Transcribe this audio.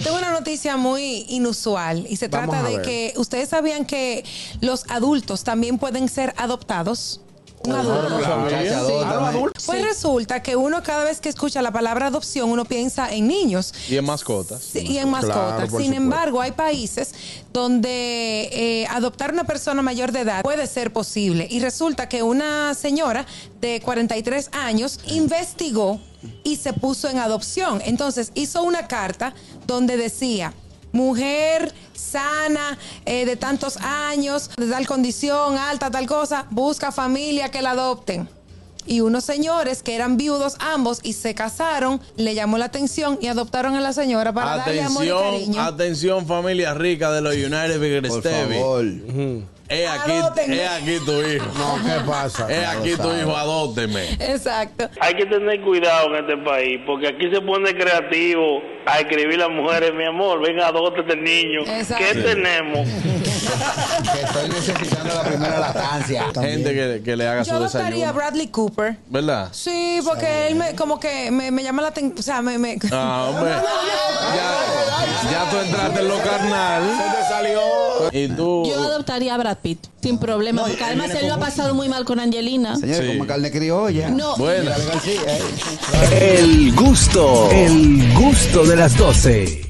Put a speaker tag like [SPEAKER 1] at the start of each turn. [SPEAKER 1] tengo una noticia muy inusual y se
[SPEAKER 2] Vamos
[SPEAKER 1] trata
[SPEAKER 2] a
[SPEAKER 1] de
[SPEAKER 2] ver.
[SPEAKER 1] que ustedes sabían que los adultos también pueden ser adoptados. Un adulto.
[SPEAKER 2] no sabía.
[SPEAKER 3] Muchacha,
[SPEAKER 2] Sí.
[SPEAKER 3] adótame.
[SPEAKER 2] Ah, los adultos.
[SPEAKER 1] Pues resulta que uno cada vez que escucha la palabra adopción uno piensa en niños
[SPEAKER 4] Y en mascotas.
[SPEAKER 1] y
[SPEAKER 2] Claro,
[SPEAKER 1] en mascotas.
[SPEAKER 2] por
[SPEAKER 1] Sin
[SPEAKER 2] supuesto.
[SPEAKER 1] embargo, hay países donde eh, adoptar una persona mayor de edad puede ser posible. Y resulta que una señora de 43 años investigó y se puso en adopción. Entonces hizo una carta donde decía... Mujer sana, eh, de tantos años, de tal condición, alta, tal cosa, busca familia que la adopten. Y unos señores que eran viudos ambos y se casaron, le llamó la atención y adoptaron a la señora para darle amor y
[SPEAKER 4] Atención,
[SPEAKER 1] cariño.
[SPEAKER 4] atención familia rica de los United Big
[SPEAKER 3] Por
[SPEAKER 4] Stevie.
[SPEAKER 3] favor.
[SPEAKER 4] He aquí,
[SPEAKER 1] Adótenme.
[SPEAKER 4] he aquí tu hijo.
[SPEAKER 2] No, ¿qué pasa?
[SPEAKER 4] He Eh, aquí tu hijo, adópteme.
[SPEAKER 1] Exacto.
[SPEAKER 5] Hay que tener cuidado en este país, porque aquí se pone creativo a escribir las mujeres, mi amor, venga, adopta este niño.
[SPEAKER 1] Exacto.
[SPEAKER 5] ¿Qué tenemos?
[SPEAKER 3] Que estoy necesitando la primera lactancia.
[SPEAKER 4] Gente que, que le haga
[SPEAKER 1] Yo
[SPEAKER 4] su
[SPEAKER 1] adoptaría a
[SPEAKER 4] desayuno.
[SPEAKER 1] Bradley Cooper.
[SPEAKER 4] ¿Verdad?
[SPEAKER 1] Sí, porque él me, como que me, me llama la atención. O sea, me. me-
[SPEAKER 4] Ah, hombre. Ya, ya tú entraste en lo carnal.
[SPEAKER 2] te salió.
[SPEAKER 4] Y tú.
[SPEAKER 6] Yo adoptaría a Brad Pitt, sin problema,
[SPEAKER 3] Ah. No, y
[SPEAKER 6] porque
[SPEAKER 3] él
[SPEAKER 6] además
[SPEAKER 3] viene
[SPEAKER 6] él lo ha
[SPEAKER 3] con-
[SPEAKER 6] pasado muy mal con Angelina.
[SPEAKER 3] Señores,
[SPEAKER 4] Sí.
[SPEAKER 3] como carne criolla.
[SPEAKER 6] No,
[SPEAKER 4] Bueno.
[SPEAKER 3] La García, eh.
[SPEAKER 7] El gusto, el gusto de las 12.